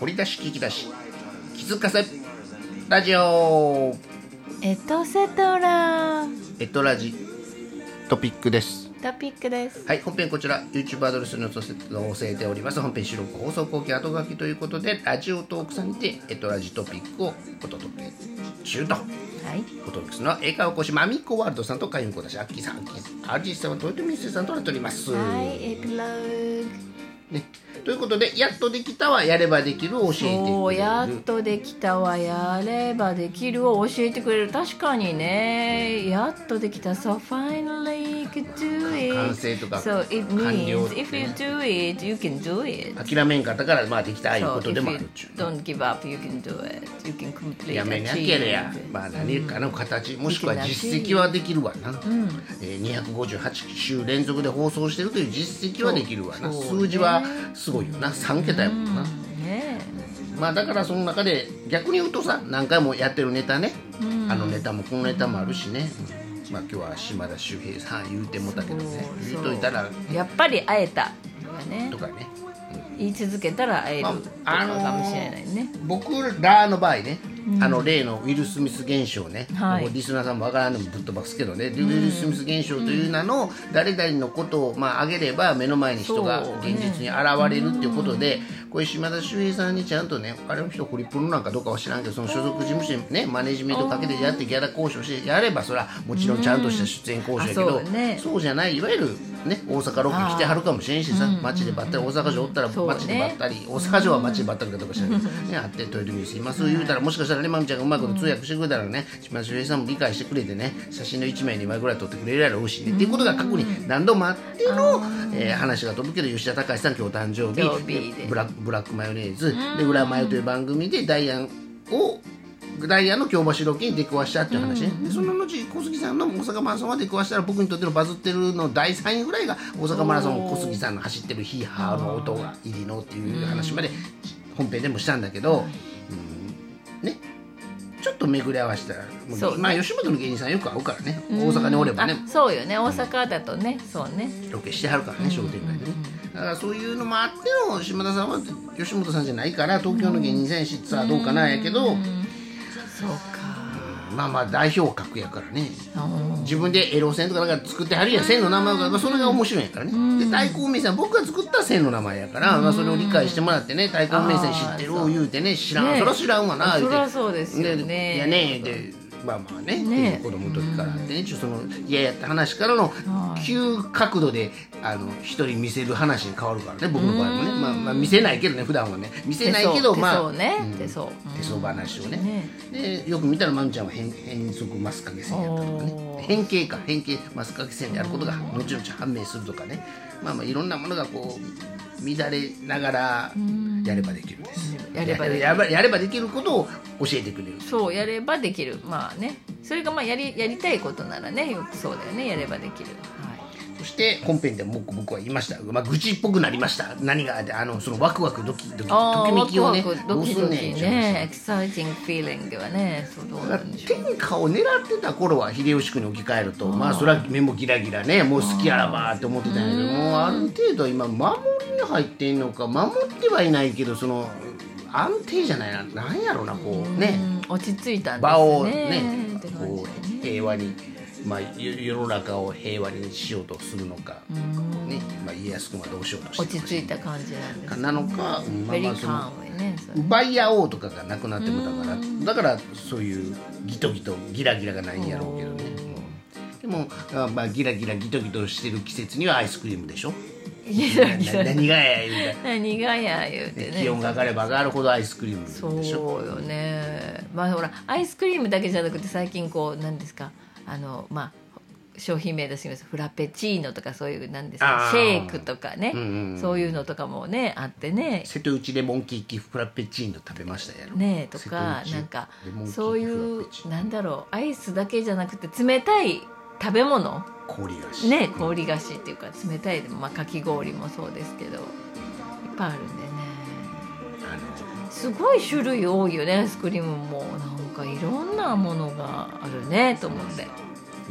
掘り出し聞き出し気づかせラジオエトセトラエトラジトピックですトピックですはい本編こちら YouTube アドレスに載せております本編収録放送後期後書きということでラジオトークさんにてエトラジトピックをお届け中とはいお届けするのは映画をこしマミコワールドさんと海運子だしアッキーさんアッキーアージスさんはトヨタミスさんとなっております、はいエピローね、ということでやっとできたはやればできるを教えてくグれるおーやっとできたわやればできるを教えてくれる確かにねやっとできた So finally you can do it 完成とか So it 完了 means ってね if you do it you can do it 諦めんかったからまあできたああいうこ So と if で you もあるっちゅう don't give up you can do it you can complete やめなけりゃ achieve まあ何かの形もしくは実績はできるわな、えー258週連続で放送してるという実績はできるわなそう数字はすごいよな3桁やもんな、ねまあだからその中で逆に言うとさ何回もやってるネタね、あのネタもこのネタもあるしね、まあ今日は島田秀平さん言うてもたけどねそう言うといたらえやっぱり会えたとかねとかね言い続けたら会えるまあとかかもしれないね、僕らの場合ね、あの例のウィル・スミス現象ね、はいもうリスナーさんもわからんでもぶっ飛ばすけどね、ウィル・スミス現象という名の誰々のことを、まあ、挙げれば目の前に人がそう現実に現れるっていうことで、これ島田秀平さんにちゃんとねあれの人ホリプロなんかどうかは知らんけどその所属事務所にねマネジメントかけてやってギャラ交渉してやればそれはもちろんちゃんとした出演交渉やけど、うんあそうねそうじゃないいわゆる、ね、大阪ロケ来てはるかもしれんしさ、街でばったり大阪城おったらそうね街でばったり、大阪城は街でばったりかとかしらんけど、ね、あってトイレミスいます言うたらもしかしたらねまみちゃんがうまいこと通訳してくれたらね島田秀平さんも理解してくれてね写真の1枚2枚ぐらい撮ってくれるやろうしね、っていうことが過去に何度もあっての、えー話が飛ぶけど吉田隆さん今日誕生日誕生日でブラブラックマヨネーズ」で「裏マヨ」という番組でダイアンをダイアンの京橋ロケに出くわしたっていう話ね、でその後小杉さんの大阪マラソンは出くわしたら僕にとってのバズってるの第3位ぐらいが大阪マラソン小杉さんの走ってるヒーハーの音が入りのっていう話まで本編でもしたんだけど、うんねちょっと巡り合わせたらもうそうねまあ吉本の芸人さんよく会うからね大阪におればねあそうよね大阪だとねそうねロケしてはるからね商店街でねだからそういうのもあっての島田さんは吉本さんじゃないから東京の芸人さんやしさあどうかなやけどそうかまあまあ代表格やからねうん自分でエロ線とかなんか作ってはるやん線の名前が、まあ、それが面白いんやからねで太鼓梅さん僕が作った線の名前やから、まあ、それを理解してもらってね太鼓梅さん知ってるを言うてね知らん、ねそら知らんわな言うそてりゃそうですよねでいやねでまあまあねねっていう子供の時からあってねちょっとその嫌やった話からの急角度であの一人見せる話に変わるからね僕の場合もね、まあ、まあ見せないけどね普段はね見せないけど手相まあ手相ねうん手相うん手相話をねねでよく見たらまみちゃんは変変則マスカゲ線やったとかおねー変形か変形マスカゲ線であることが後々判明するとかねまあまあいろんなものがこう乱れながらやればできるですやればできるやややればできることを教えてくれるそうやればできるまあねそれがまあやりやりたいことならねよくそうだよねやればできる、はい、そして本編でも僕僕は言いました、まあ、愚痴っぽくなりました何がであのそのワクワクドキドキあとあきワめクきをねワクドキどうドすんキねんねエキサイティングフィーリングはねそうどうだなかんでしょうら天下を狙ってた頃は秀吉君に置き換えるとまあそれは目もギラギラねもう好きやらばーって思ってたんやけどもうある程度今守りに入ってんのか守ってはいないけどその安定じゃないななんやろなこうねうん落ち着いたんですね場をねって感じこだう平和に、まあ、世世の中を平和にしようとするのか、ねまあ、家康君はどうしようとして落ち着いた感じなんですかなのか、うんまあベリまあーそカのームねそれ奪い合おうとかがなくなってもだからだからそういうギトギトギラギラがないんやろうけどね、うんでもあまあギラギラギトギトしてる季節にはアイスクリームでしょギラギなラ何がや 言う何がや言うててね気温が上がれば上がるほどアイスクリームでしそうょよねまあほらアイスクリームだけじゃなくて最近こう何ですかあのまあ商品名出してみますフラペチーノとかそういう何ですかあーシェイクとかね、うんうんそういうのとかもねあってね瀬戸内レモンケーキフラペチーノ食べましたやろねとか瀬戸内なんかレモンケーキそういうフラペチーノなんだろうアイスだけじゃなくて冷たい食べ物氷菓子ね氷菓子っていうか冷たいでも、まあ、かき氷もそうですけどいっぱいあるんでねあのすごい種類多いよねアイスクリームもなんかいろんなものがあるねと思って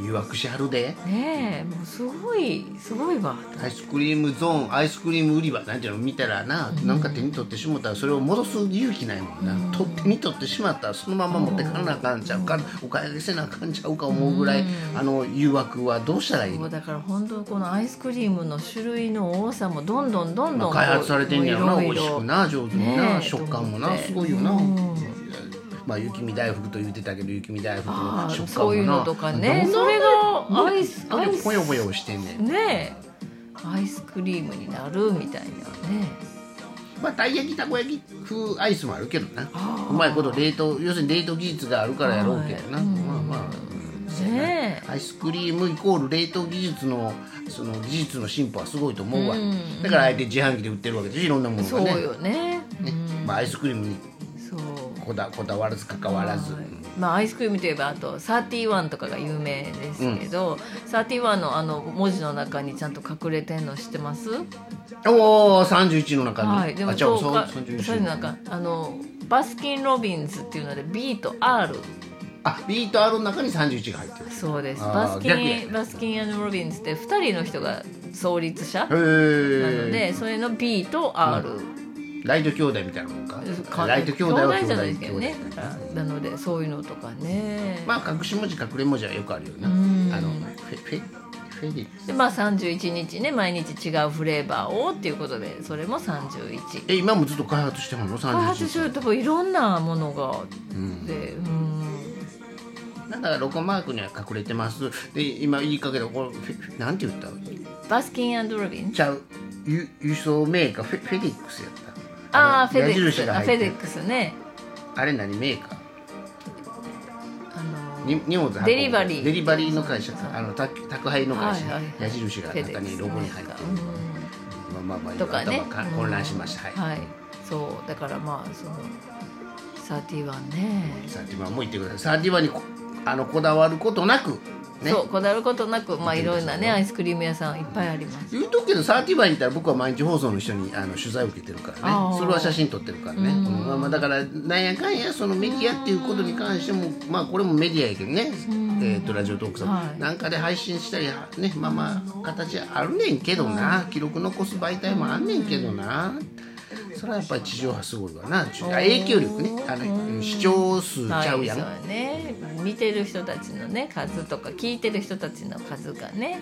誘惑しはるでねえもうすごいすごいわアイスクリームゾーンアイスクリーム売り場なんていうの見たらな、なんか手に取ってしもったらそれを戻す勇気ないもんな、取って手に取ってしまったらそのまま持ってかなあかんちゃうか、お買い上げせなあかんちゃうか思うぐらい、あの誘惑はどうしたらいいもうのだから本当このアイスクリームの種類の多さもどんどんどんどんこう開発されてんねやろな美いろい味ろしくな上手にな、ねえ食感もなと思ってすごいよな、うんまあ雪見大福と言ってたけど雪見大福のああ食感もなそういうのとかねどんそれがアイスアなイにスぽよぽよしてんねんねえアイスクリームになるみたいなねまあたい焼きたこ焼き風アイスもあるけどなあーうまいこと冷凍要するに冷凍技術があるからやろうけどな、はいまあまあ、うんねアイスクリームイコール冷凍技術のその技術の進歩はすごいと思うわ、うんだからあえて自販機で売ってるわけでしょいろんなものえがそうねよねねまあ、アイスクリームにうんそうこだこだわらず関わらず、はいまあ、アイスクリームといえばあと「31」とかが有名ですけど「31」のあの文字の中にちゃんと隠れてんの知ってますおお31の中に、はい、でもあじゃあそうかそうそれ31なんかあのバスキン・ロビンズっていうので B と R あビート R の中に31が入ってるそうですあーバスキ逆やン・バスキンロビンズって2人の人が創立者なのへえでそれの B と R、ライト兄弟みたいなもんかかライト兄弟は兄弟じゃない兄です弟けどねなのでそういうのとかね、まあ隠し文字隠れ文字はよくあるよなあんのフェフェフェリックスでまあ31日ね毎日違うフレーバーをっていうことでそれも31え今もずっと開発してもの開発し31ようとこいろんなものがうんでうんなんだかロコマークには隠れてますで今言いかけたこれフェフェなんて言ったバスキンロビンズちゃう輸輸送メーカーフェフェリックスやったああのフェデック矢ス印あがフェ入ってデッるクスねあれ何メーカーあのに荷物運ぶデリバリーデリバリーの会社そうあの宅宅配の会社、はいはい矢印が中にロゴに入ってる、まあまあまあとかね頭がうん混乱しました、はいはい、そうだからまあその31ね、サーティワンも言ってくださいサーティワンにこあのこだわることなくねそうこだわることなくまあいろんなそうねアイスクリーム屋さんいっぱいあります言うとくけどサーティワンに行ったら僕は毎日放送の人にあの取材を受けてるからあねーそれは写真撮ってるからね、うんまあ、まあだからなんやかんやそのメディアっていうことに関してもまあこれもメディアやけどね、んえー、とラジオトークさん、はいなんかで配信したりはねまあまあ形あるねんけどな記録残す媒体もあんねんけどなそれはやっぱり地上波すごいわなちあ影響力ねあの視聴数ちはいゃそうやん、うね見てる人たちのね数とか聞いてる人たちの数がね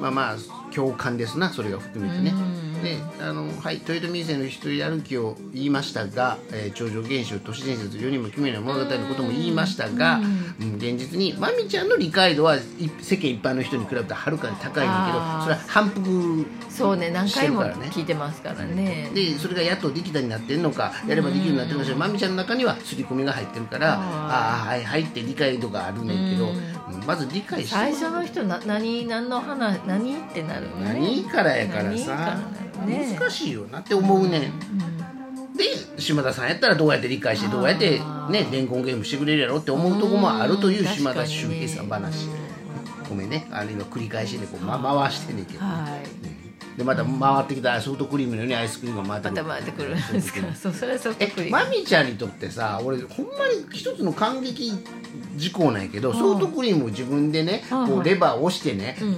まあまあ共感ですなそれが含めてね。であのはい、豊臣秀の一人歩きを言いましたが「えー、頂上現象都市伝説世にも奇妙な物語」のことも言いましたが、うん現実にまみちゃんの理解度はい世間一般の人に比べたらはるかに高いんだけあどーそれは反復そうね何回もしてるからね聞いてますからねでそれがやっとできたになってんのかやればできるようになってるかもしれないまみちゃんの中には刷り込みが入ってるからあーああーはいはいって理解度があるねんけど、うんまず理解して最初の人な何何の話何ってなるよね何からやからさ何からなのね難しいよなって思うねん、で島田さんやったらどうやって理解してどうやってあね伝言ゲームしてくれるやろって思うとこもあるといううん島田確かに秀ね平さん話ごめんねあれ今繰り返しでこう、ま、回してんねんけど、はいでまた回ってきたソフトクリームのようにアイスクリームが回ってまくたる回ってくるんですからそうそれはそっくえりマミちゃんにとってさ俺ほんまに一つの感激事項なんやけどソフトクリームを自分でねはいこうレバーを押してね、ん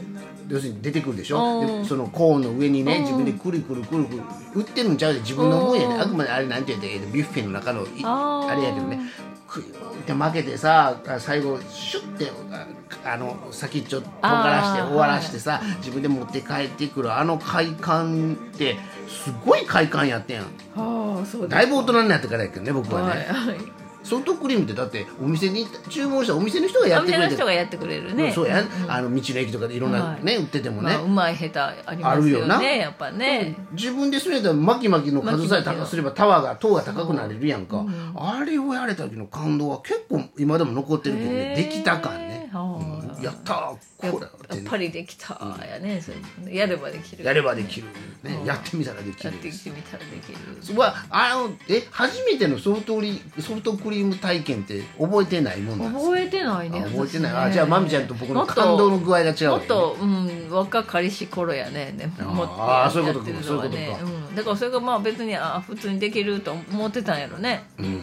要するに出てくるでしうょんでそのコーンの上にねうん自分でくるくるくるくる売ってるんちゃうで自分のもんやねうんあくまであれなんて言うんだっけビュッフェの中のいあーあれやけどねくって負けてさあ最後シュッてああの先っちょっとからしてあー終わらしてさ自分で持って帰ってくるあの快感ってすごい快感やってんああそうだいぶ大人になってからやけどね僕はね、はいはいソフトクリームってだってお店に注文したお店の人がやおってく店れのて人がやってくれるねそうやん、あの道の駅とかでいろんなね、売っててもね、まあ、うまい下手ありまあるすよよなねやっぱね自分で住めたら巻き巻きの数さえ巻き巻き高のすればタワーが塔が高くなれるやんか、あれをやれた時の感動は結構今でも残ってるけどねへーできた感ね、あやったーやっこれやっぱりできたやねそれやればできるやればできる、ねやってみたらできやるってきてみたらできるそこはあのえ初めてのソフトクリソフトクリーム体験って覚えてないもんなんですか覚えてないねあ覚えてない、私ねあじゃあまみちゃんと僕のもっと感動の具合が違うよもねっと、うん、若かりし頃やねでもあーもっとあーそういうことかやってるのはそういうことうん、だからそれがまあ別にあー普通にできると思ってたんやろね、うん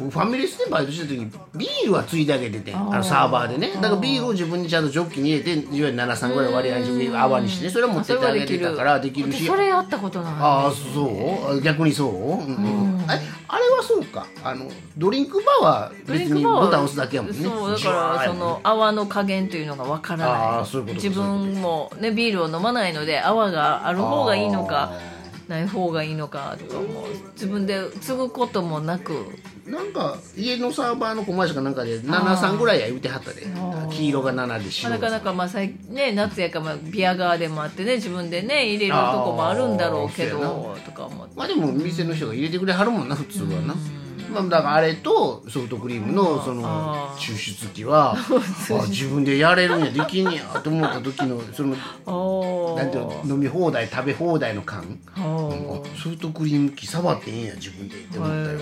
ファミレスでバイトしてた時ビールはついであげててあのサーバーでねだからビールを自分にちゃんとジョッキに入れていわゆる73ぐらい割合に泡にしてねそれは持ってってあげてたからできるしそれやったことないああそうあ逆にそう、うんあれあれはそうかあのドリンクバーはドリ別ンクにバーはボタン押すだけやもんねそうだジュワからーやもそんねの泡の加減というのがわからあーないそういうことか自分もねビールを飲まないので泡がある方がいいのかない方がいいのかとかも自分で継ぐこともなくなんか家のサーバーのコマーシャルかなんかで73ぐらいや言うてはったでー黄色が7でまあ白ながかなかまあさいね夏やからまあビアガーデンもあってね自分でね入れるとこもあるんだろうけあーそうどとか思ってまあでも店の人が入れてくれはるもんな普通はな、まあ、だからあれとソフトクリームのそのあー抽出器はあ自分でやれるんやできんやと思った時のそのおなんていうの飲み放題食べ放題の感あおソフトクリーム機触っていいんや自分でって思ったよ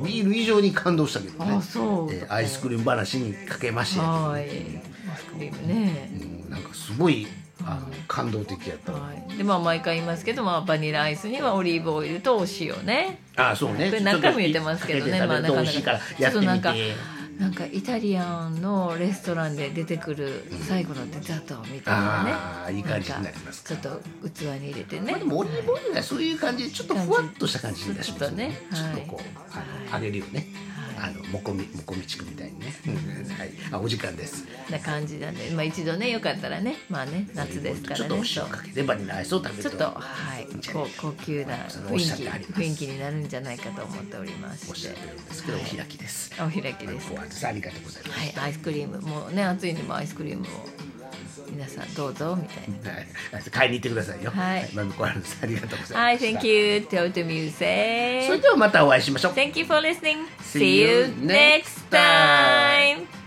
へビール以上に感動したけどねあそうえーアイスクリーム話にかけましたけどはいアイスクリームねうんなんかすごいあの感動的やったわはい、でまあ毎回言いますけど、まあ、バニラアイスにはオリーブオイルとお塩ねああそうねこれ何回も言ってますけどねちょっとまあかけて食べるとなかなか美味しいからやってみちょっとなんかてなんかイタリアンのレストランで出てくる最後のデザートみたいなねあーいい感じになりますなんかちょっと器に入れてねまあ、でもオリーブオイルがそういう感じでちょっとふわっとした感じに出しますよねちちょょっっととねこうはいあの揚げるよねはあのもこみもこみちくみたいにね、うんはいあお時間ですな感じなんで、まあ、一度ねよかったらねまあね夏ですからねちょっとお塩かけてバニラアイスを食べるちとょっとはいいんじゃない高高級なそれ雰おっ囲しゃっ気てあります雰囲気になるんじゃないかと思っておりまおっししゃっててるんですけど、お開きですお開きですご挨拶ありがとうございます、はい、アイスクリームもうね暑いんでもうアイスクリームを皆さんどうぞみたいな。はい、買いに行ってくださいよはいまみこはるさんありがとうございました Hi, thank you. Tell the music. それではまたお会いしましょう Thank you for listening. See See you you next next time. time.